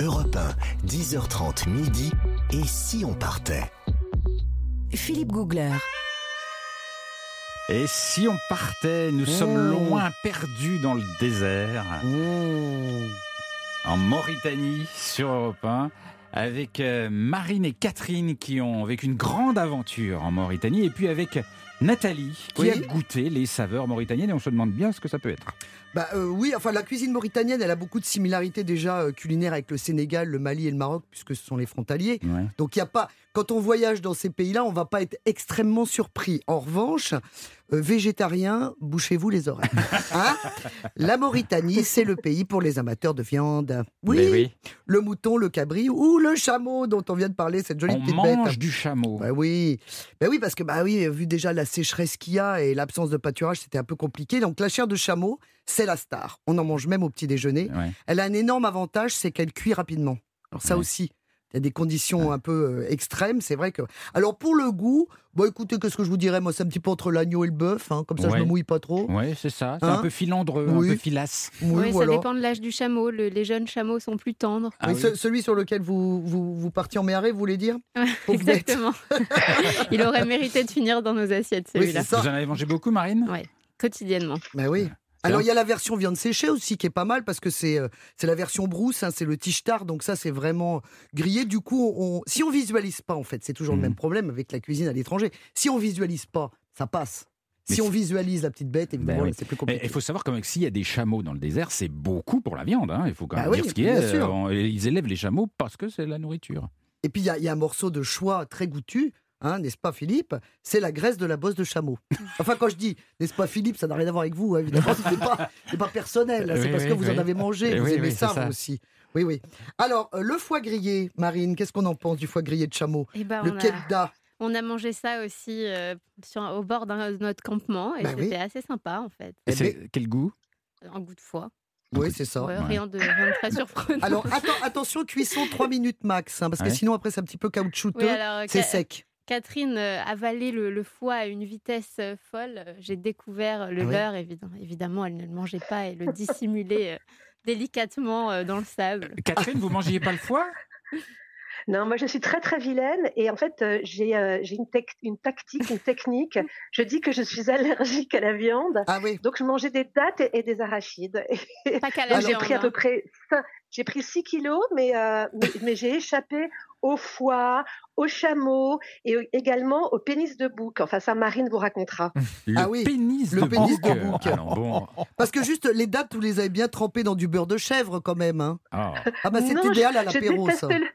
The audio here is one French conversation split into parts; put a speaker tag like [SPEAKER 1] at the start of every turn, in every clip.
[SPEAKER 1] Europe 1, 10h30 midi. Et si on partait
[SPEAKER 2] Philippe Googler.
[SPEAKER 3] Et si on partait, nous
[SPEAKER 4] Mmh.
[SPEAKER 3] sommes loin perdus dans le désert,
[SPEAKER 4] Mmh.
[SPEAKER 3] en Mauritanie, sur Europe 1, avec euh, Marine et Catherine qui ont vécu une grande aventure en Mauritanie, et puis avec Nathalie qui
[SPEAKER 4] Oui.
[SPEAKER 3] a goûté les saveurs mauritaniennes, et on se demande bien ce que ça peut être.
[SPEAKER 4] Bah euh, oui, enfin la cuisine mauritanienne, elle a beaucoup de similarités déjà euh, culinaires avec le Sénégal, le Mali et le Maroc, puisque ce sont les frontaliers. Donc il y a pas, quand on voyage dans ces pays-là, on va pas être extrêmement surpris. En revanche, euh, végétarien, bouchez-vous les oreilles. Hein la Mauritanie, c'est le pays pour les amateurs de viande. Ben Oui,
[SPEAKER 3] Mais
[SPEAKER 4] le mouton, le cabri ou le chameau dont on vient de parler, cette jolie
[SPEAKER 3] on
[SPEAKER 4] petite
[SPEAKER 3] mange
[SPEAKER 4] bête.
[SPEAKER 3] du chameau.
[SPEAKER 4] Bah oui, bah oui, parce que bah oui, vu déjà la sécheresse qu'il y a et l'absence de pâturage, c'était un peu compliqué. Donc la chair de chameau, c'est la star. On en mange même au petit déjeuner.
[SPEAKER 3] Ouais.
[SPEAKER 4] Elle a un énorme avantage, c'est qu'elle cuit rapidement. Alors ça
[SPEAKER 3] Ouais.
[SPEAKER 4] aussi, il y a des conditions un peu euh, extrêmes, c'est vrai que. Alors pour le goût, bon écoutez, qu'est-ce que je vous dirais Moi, c'est un petit peu entre l'agneau et le bœuf, hein, comme ça
[SPEAKER 3] Ouais.
[SPEAKER 4] je me mouille pas trop.
[SPEAKER 3] Ouais, c'est ça. C'est
[SPEAKER 4] Hein
[SPEAKER 3] un peu filandreux,
[SPEAKER 4] Oui.
[SPEAKER 3] un peu filasse.
[SPEAKER 4] Oui,
[SPEAKER 5] Oui,
[SPEAKER 4] voilà.
[SPEAKER 5] ça dépend de l'âge du chameau. Le- les jeunes chameaux sont plus tendres.
[SPEAKER 3] Ah
[SPEAKER 4] Mais
[SPEAKER 3] oui.
[SPEAKER 4] ce- Celui sur lequel vous, vous, vous partiez en méharé, vous voulez dire Pauvre bête.
[SPEAKER 5] Exactement. Il aurait mérité de finir dans nos assiettes,
[SPEAKER 4] Oui,
[SPEAKER 5] celui-là,
[SPEAKER 4] c'est ça.
[SPEAKER 3] Vous en avez mangé beaucoup, Marine
[SPEAKER 5] quotidiennement.
[SPEAKER 4] Bah
[SPEAKER 3] Euh,
[SPEAKER 4] oui. Alors il y a la version viande séchée aussi qui est pas mal parce que c'est euh, c'est la version brousse, hein, c'est le tichetard, donc ça c'est vraiment grillé. Du coup, on, si on visualise pas en fait, c'est toujours
[SPEAKER 3] Mhm.
[SPEAKER 4] le même problème avec la cuisine à l'étranger. Si on visualise pas, ça passe.
[SPEAKER 3] Mais
[SPEAKER 4] Si on
[SPEAKER 3] c'est-
[SPEAKER 4] visualise la petite bête, évidemment,
[SPEAKER 3] Ben oui.
[SPEAKER 4] là, c'est plus
[SPEAKER 3] Mais
[SPEAKER 4] compliqué.
[SPEAKER 3] il faut savoir quand même que s'il y a des chameaux dans le désert, c'est beaucoup pour la viande. hein. Il faut quand
[SPEAKER 4] Bah
[SPEAKER 3] même
[SPEAKER 4] oui,
[SPEAKER 3] dire ce qu'il y a.
[SPEAKER 4] bien sûr.
[SPEAKER 3] Euh, on- Ils élèvent les chameaux parce que c'est la nourriture.
[SPEAKER 4] Et puis il y, a- il y a un morceau de choix très goûtu. hein, N'est-ce pas Philippe C'est la graisse de la bosse de chameau. Enfin, quand je dis n'est-ce pas Philippe, ça n'a rien à voir avec vous, hein, évidemment, ce n'est pas, ce n'est pas personnel, hein, c'est
[SPEAKER 3] Oui,
[SPEAKER 4] parce
[SPEAKER 3] oui,
[SPEAKER 4] que vous en
[SPEAKER 3] oui.
[SPEAKER 4] avez mangé,
[SPEAKER 3] Eh
[SPEAKER 4] vous
[SPEAKER 3] oui,
[SPEAKER 4] aimez
[SPEAKER 3] oui,
[SPEAKER 4] ça,
[SPEAKER 3] c'est ça.
[SPEAKER 4] vous aussi. Oui, oui. Alors, euh, le foie grillé, Marine, qu'est-ce qu'on en pense du foie grillé de chameau
[SPEAKER 5] Et ben,
[SPEAKER 4] Le
[SPEAKER 5] on, a,
[SPEAKER 4] kebda,
[SPEAKER 5] on a mangé ça aussi euh, sur, au bord d'un- de notre campement et
[SPEAKER 4] Bah oui.
[SPEAKER 5] c'était assez sympa, en fait.
[SPEAKER 3] Et
[SPEAKER 4] Eh
[SPEAKER 3] c'est- Quel goût
[SPEAKER 5] Un goût de foie.
[SPEAKER 4] oui, c'est ça.
[SPEAKER 5] Ouais,
[SPEAKER 3] Ouais.
[SPEAKER 5] Rien, de, rien de très surprenant.
[SPEAKER 4] Oh, Alors, atten- attention, cuisson 3 minutes max, hein, parce
[SPEAKER 3] Ouais.
[SPEAKER 4] que sinon, après, c'est un petit peu caoutchouteux,
[SPEAKER 5] Oui, alors,
[SPEAKER 4] c'est
[SPEAKER 5] Ca-
[SPEAKER 4] sec.
[SPEAKER 5] Catherine euh, avalait le, le foie à une vitesse euh, folle. J'ai découvert euh, le
[SPEAKER 4] Ah oui.
[SPEAKER 5] leur, évidemment. Évidemment, elle ne le mangeait pas et le dissimulait euh, délicatement euh, dans le sable.
[SPEAKER 3] Catherine, vous mangiez pas le foie
[SPEAKER 6] Non, moi je suis très très vilaine et en fait euh, j'ai euh, j'ai une, tec- une tactique, une technique. Je dis que je suis allergique à la viande,
[SPEAKER 4] Ah oui,
[SPEAKER 6] donc je mangeais des dattes et, et des arachides. Et
[SPEAKER 5] Pas qu'à la
[SPEAKER 6] donc, j'ai
[SPEAKER 5] viande,
[SPEAKER 6] pris à
[SPEAKER 5] hein.
[SPEAKER 6] peu près cin- j'ai pris 6 kilos, mais, euh, mais, mais j'ai échappé au foie, au chameau et au- également au pénis de bouc. Enfin ça Marine vous racontera.
[SPEAKER 3] Le
[SPEAKER 4] Ah oui,
[SPEAKER 3] pénis
[SPEAKER 4] le
[SPEAKER 3] de
[SPEAKER 4] pénis
[SPEAKER 3] bouc.
[SPEAKER 4] de bouc.
[SPEAKER 3] Alors bon,
[SPEAKER 4] parce que juste les dates, vous les avez bien trempées dans du beurre de chèvre quand même. hein.
[SPEAKER 3] ah.
[SPEAKER 4] Ah bah c'est
[SPEAKER 6] Non, je-
[SPEAKER 4] idéal à
[SPEAKER 6] Je
[SPEAKER 4] l'apéro
[SPEAKER 6] déteste
[SPEAKER 4] ça.
[SPEAKER 6] le...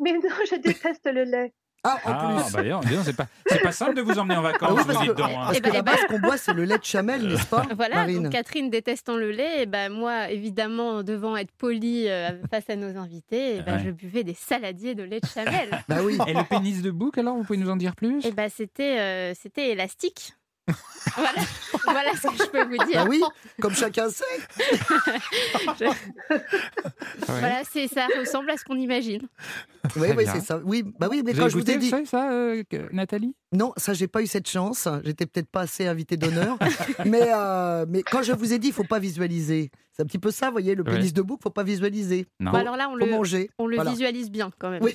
[SPEAKER 6] Mais non, je déteste le lait.
[SPEAKER 4] Ah, en
[SPEAKER 3] Ah,
[SPEAKER 4] plus.
[SPEAKER 3] bah dis donc, dis donc, c'est pas, c'est pas simple de vous emmener en
[SPEAKER 4] Ah
[SPEAKER 3] vacances,
[SPEAKER 4] oui,
[SPEAKER 3] vous
[SPEAKER 4] parce que,
[SPEAKER 3] dites donc, hein.
[SPEAKER 4] parce
[SPEAKER 5] Eh
[SPEAKER 4] que
[SPEAKER 5] ben, eh
[SPEAKER 4] la
[SPEAKER 5] ben.
[SPEAKER 4] base qu'on boit, c'est le lait de chamel, n'est-ce pas,
[SPEAKER 5] Voilà,
[SPEAKER 4] Marine
[SPEAKER 5] donc euh, Catherine détestant le lait, et ben moi, évidemment, devant être polie euh, face à nos invités, eh ben,
[SPEAKER 3] Ouais.
[SPEAKER 5] je buvais des saladiers de lait de Chamel.
[SPEAKER 4] Bah oui.
[SPEAKER 3] Et le pénis de bouc, alors, vous pouvez nous en dire plus
[SPEAKER 5] et ben c'était euh, c'était élastique. voilà, voilà ce que je peux vous dire.
[SPEAKER 4] Bah oui, comme chacun sait.
[SPEAKER 5] Voilà, c'est ça ressemble à ce qu'on imagine.
[SPEAKER 4] Oui,
[SPEAKER 3] Très
[SPEAKER 4] oui,
[SPEAKER 3] bien.
[SPEAKER 4] c'est ça. Oui, bah oui, mais
[SPEAKER 3] Vous
[SPEAKER 4] quand
[SPEAKER 3] avez
[SPEAKER 4] je vous
[SPEAKER 3] goûté
[SPEAKER 4] ai dit,
[SPEAKER 3] ça, ça, euh, que- Nathalie
[SPEAKER 4] non, ça, j'ai pas eu cette chance. J'étais peut-être pas assez invité d'honneur. mais, euh, mais quand je vous ai dit, il faut pas visualiser. C'est un petit peu ça, vous voyez, le
[SPEAKER 3] Ouais.
[SPEAKER 4] pénis de bouc, faut pas visualiser.
[SPEAKER 3] Non.
[SPEAKER 5] Bon, alors là, on
[SPEAKER 4] Faut
[SPEAKER 5] le,
[SPEAKER 4] manger.
[SPEAKER 5] on le
[SPEAKER 4] Voilà.
[SPEAKER 5] visualise bien quand même.
[SPEAKER 4] Oui.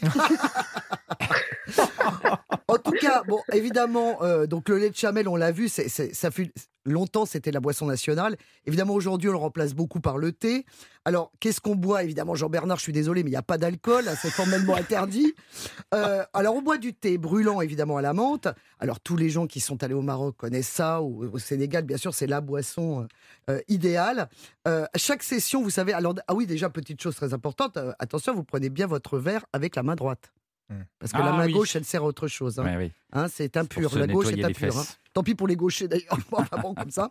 [SPEAKER 4] En tout cas, bon, évidemment, euh, donc le lait de chamel, on l'a vu, c'est, c'est- ça fut longtemps, c'était la boisson nationale. Évidemment, aujourd'hui, on le remplace beaucoup par le thé. Alors, qu'est-ce qu'on boit Évidemment, Jean-Bernard, je suis désolé, mais il n'y a pas d'alcool, hein, c'est formellement interdit. Euh, alors, on boit du thé brûlant, évidemment, à la menthe. Alors, tous les gens qui sont allés au Maroc connaissent ça, ou au Sénégal, bien sûr, c'est la boisson euh, euh, idéale. Euh, chaque session, vous savez, alors, ah oui, déjà, petite chose très importante, euh, attention, vous prenez bien votre verre avec la main droite. Parce que la
[SPEAKER 3] Ah
[SPEAKER 4] main
[SPEAKER 3] oui.
[SPEAKER 4] gauche, elle sert à autre chose. hein.
[SPEAKER 3] Ouais, oui.
[SPEAKER 4] Hein, c'est
[SPEAKER 3] Pour
[SPEAKER 4] impur,
[SPEAKER 3] se
[SPEAKER 4] la gauche
[SPEAKER 3] nettoyer
[SPEAKER 4] est
[SPEAKER 3] les
[SPEAKER 4] impure. hein.
[SPEAKER 3] fesses.
[SPEAKER 4] Tant pis pour les gauchers d'ailleurs, Enfin, bon, comme ça.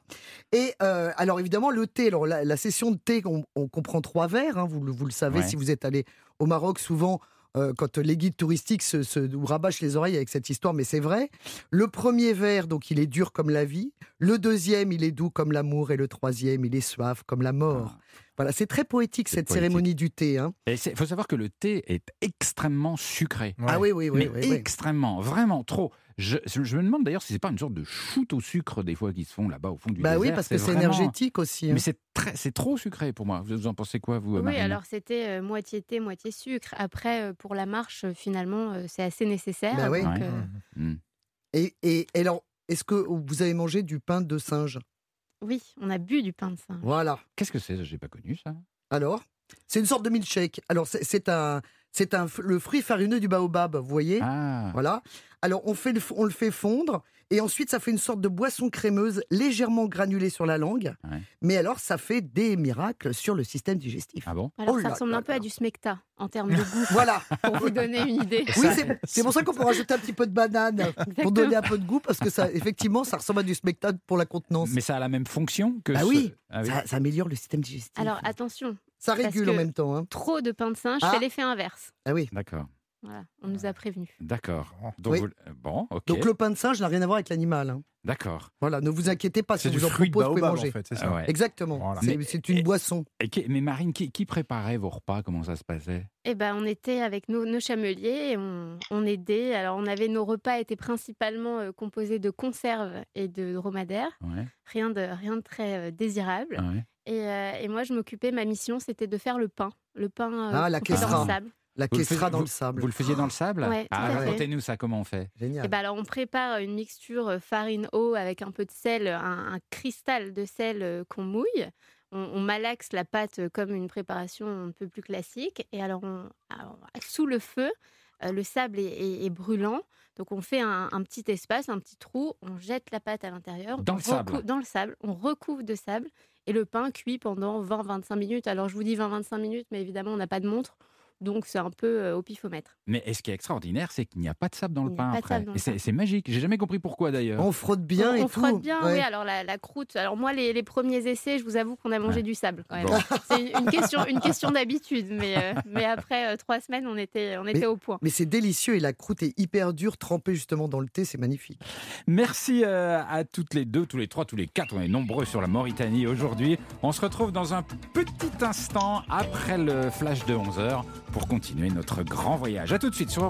[SPEAKER 4] Et euh, alors évidemment le thé, alors la, la session de thé, on, on comprend trois verres, hein, vous, le- vous le savez
[SPEAKER 3] Ouais.
[SPEAKER 4] si vous êtes allé au Maroc souvent. euh, quand les guides touristiques se, se nous rabâchent les oreilles avec cette histoire, mais c'est vrai. Le premier verre, donc, il est dur comme la vie. Le deuxième, il est doux comme l'amour. Et le troisième, il est suave comme la mort. Voilà, c'est très poétique
[SPEAKER 3] Ah. C'est
[SPEAKER 4] cette
[SPEAKER 3] poétique.
[SPEAKER 4] cérémonie du thé. hein.
[SPEAKER 3] Et il faut savoir que le thé est extrêmement sucré.
[SPEAKER 4] Ah oui, oui, oui.
[SPEAKER 3] mais
[SPEAKER 4] oui, oui.
[SPEAKER 3] extrêmement, vraiment trop. Je, je me demande d'ailleurs si c'est pas une sorte de shoot au sucre des fois qui se font là-bas au fond du
[SPEAKER 4] Bah
[SPEAKER 3] désert.
[SPEAKER 4] oui, parce que c'est
[SPEAKER 3] vraiment-
[SPEAKER 4] énergétique aussi. hein.
[SPEAKER 3] Mais c'est très, c'est trop sucré pour moi. Vous en pensez quoi, vous,
[SPEAKER 5] Oui,
[SPEAKER 3] Marine
[SPEAKER 5] alors c'était euh, moitié thé, moitié sucre. Après, euh, pour la marche, euh, finalement, euh, c'est assez nécessaire.
[SPEAKER 4] Bah oui.
[SPEAKER 5] donc,
[SPEAKER 3] Ouais.
[SPEAKER 5] euh,
[SPEAKER 3] Hmm.
[SPEAKER 4] Et, et- et alors, est-ce que vous avez mangé du pain de singe
[SPEAKER 5] oui, on a bu du pain de singe.
[SPEAKER 4] Voilà.
[SPEAKER 3] Qu'est-ce que c'est J'ai pas connu ça.
[SPEAKER 4] Alors C'est une sorte de milkshake. Alors, c'est- c'est un, c'est un, f- le fruit farineux du baobab, vous voyez
[SPEAKER 3] Ah,
[SPEAKER 4] Voilà. Alors, on, fait le f- on le fait fondre et ensuite, ça fait une sorte de boisson crémeuse légèrement granulée sur la langue.
[SPEAKER 3] Ouais.
[SPEAKER 4] Mais alors, ça fait des miracles sur le système digestif.
[SPEAKER 3] ah bon
[SPEAKER 5] Alors
[SPEAKER 4] Oh
[SPEAKER 5] ça
[SPEAKER 4] là
[SPEAKER 5] ressemble
[SPEAKER 4] là
[SPEAKER 5] un peu
[SPEAKER 4] là.
[SPEAKER 5] à du smecta en termes de goût,
[SPEAKER 4] Voilà.
[SPEAKER 5] pour vous donner une idée.
[SPEAKER 4] Oui, c'est- c'est pour ça qu'on peut rajouter un petit peu de banane pour donner un peu de goût parce que ça, effectivement, ça ressemble à du spectacle pour la contenance.
[SPEAKER 3] Mais ça a la même fonction que.
[SPEAKER 4] Bah
[SPEAKER 3] ce-
[SPEAKER 4] oui.
[SPEAKER 3] Ah oui.
[SPEAKER 4] Ça, ça améliore le système digestif.
[SPEAKER 5] Alors attention,
[SPEAKER 4] ça
[SPEAKER 5] parce
[SPEAKER 4] régule
[SPEAKER 5] que-
[SPEAKER 4] en même temps. hein.
[SPEAKER 5] trop de pain de singe
[SPEAKER 4] Ah.
[SPEAKER 5] fait l'effet inverse.
[SPEAKER 4] Ah oui.
[SPEAKER 3] D'accord,
[SPEAKER 5] Voilà, on nous a prévenus.
[SPEAKER 3] d'accord. Donc
[SPEAKER 4] Oui.
[SPEAKER 3] vous- euh, bon, ok.
[SPEAKER 4] Donc le pain de singe n'a rien à voir avec l'animal. hein.
[SPEAKER 3] D'accord.
[SPEAKER 4] Voilà, ne vous inquiétez pas, si
[SPEAKER 7] C'est
[SPEAKER 4] on
[SPEAKER 7] du
[SPEAKER 4] vous en
[SPEAKER 7] fruit
[SPEAKER 4] propose,
[SPEAKER 7] de
[SPEAKER 4] vous pouvez
[SPEAKER 7] baobab, en
[SPEAKER 4] manger.
[SPEAKER 7] fait, c'est
[SPEAKER 3] Ah
[SPEAKER 7] ça.
[SPEAKER 3] ouais.
[SPEAKER 4] Exactement,
[SPEAKER 7] Voilà.
[SPEAKER 4] c'est
[SPEAKER 3] Mais-
[SPEAKER 4] c'est une
[SPEAKER 3] et-
[SPEAKER 4] boisson.
[SPEAKER 3] Et qui- mais Marine, qui, qui préparait vos repas Comment ça se passait
[SPEAKER 5] Eh ben, on était avec nos, nos chameliers, et on, on aidait. Alors, on avait nos repas étaient principalement euh, composés de conserves et de dromadaires,
[SPEAKER 3] ouais.
[SPEAKER 5] rien de rien de très euh, désirable.
[SPEAKER 3] ouais.
[SPEAKER 5] Et, euh, et moi, je m'occupais. Ma mission, c'était de faire le pain, le pain euh,
[SPEAKER 4] Ah, la
[SPEAKER 5] qu'on fait
[SPEAKER 3] questra.
[SPEAKER 5] dans le sable.
[SPEAKER 4] La
[SPEAKER 3] Vous le
[SPEAKER 4] caissera
[SPEAKER 3] faisiez-
[SPEAKER 4] dans le sable.
[SPEAKER 3] Vous le faisiez dans le sable
[SPEAKER 5] Ouais, tout
[SPEAKER 3] Ah,
[SPEAKER 4] à fait.
[SPEAKER 3] racontez-nous ça, comment on fait
[SPEAKER 4] Génial.
[SPEAKER 5] Eh ben, alors, on prépare une mixture euh, farine-eau avec un peu de sel, euh, un, un cristal de sel euh, qu'on mouille. On, on malaxe la pâte euh, comme une préparation un peu plus classique. Et alors, on- alors, sous le feu, euh, le sable est, est- est brûlant. Donc, on fait un, un petit espace, un petit trou. On jette la pâte à l'intérieur.
[SPEAKER 3] Dans
[SPEAKER 5] on
[SPEAKER 3] le sable.
[SPEAKER 5] recou- Dans le sable. On recouvre de sable. Et le pain cuit pendant 20-25 minutes. Alors, je vous dis 20-25 minutes, mais évidemment, on n'a pas de montre. Donc, c'est un peu euh, au pifomètre.
[SPEAKER 3] Mais et ce qui est extraordinaire, c'est qu'il n'y a pas de sable dans le
[SPEAKER 5] Il n'y a
[SPEAKER 3] pain
[SPEAKER 5] pas de
[SPEAKER 3] après.
[SPEAKER 5] sable dans
[SPEAKER 3] Et
[SPEAKER 5] le
[SPEAKER 3] c'est
[SPEAKER 5] pain.
[SPEAKER 3] c'est magique. J'ai jamais compris pourquoi d'ailleurs.
[SPEAKER 4] On frotte bien
[SPEAKER 5] on,
[SPEAKER 4] et
[SPEAKER 5] on
[SPEAKER 4] tout.
[SPEAKER 5] frotte bien,
[SPEAKER 4] Ouais.
[SPEAKER 5] oui. Alors la, la croûte. Alors moi, les, les premiers essais, je vous avoue qu'on a mangé
[SPEAKER 3] Ouais.
[SPEAKER 5] du sable quand même.
[SPEAKER 3] Bon.
[SPEAKER 5] C'est une, une question, une question d'habitude, mais euh, mais après euh, trois semaines, on était on était au point.
[SPEAKER 4] Mais c'est délicieux et la croûte est hyper dure, trempée justement dans le thé, c'est magnifique.
[SPEAKER 3] Merci euh, à toutes les deux, tous les trois, tous les quatre. On est nombreux sur la Mauritanie aujourd'hui. On se retrouve dans un petit instant après le flash de 11h pour continuer notre grand voyage. À tout de suite sur Europe.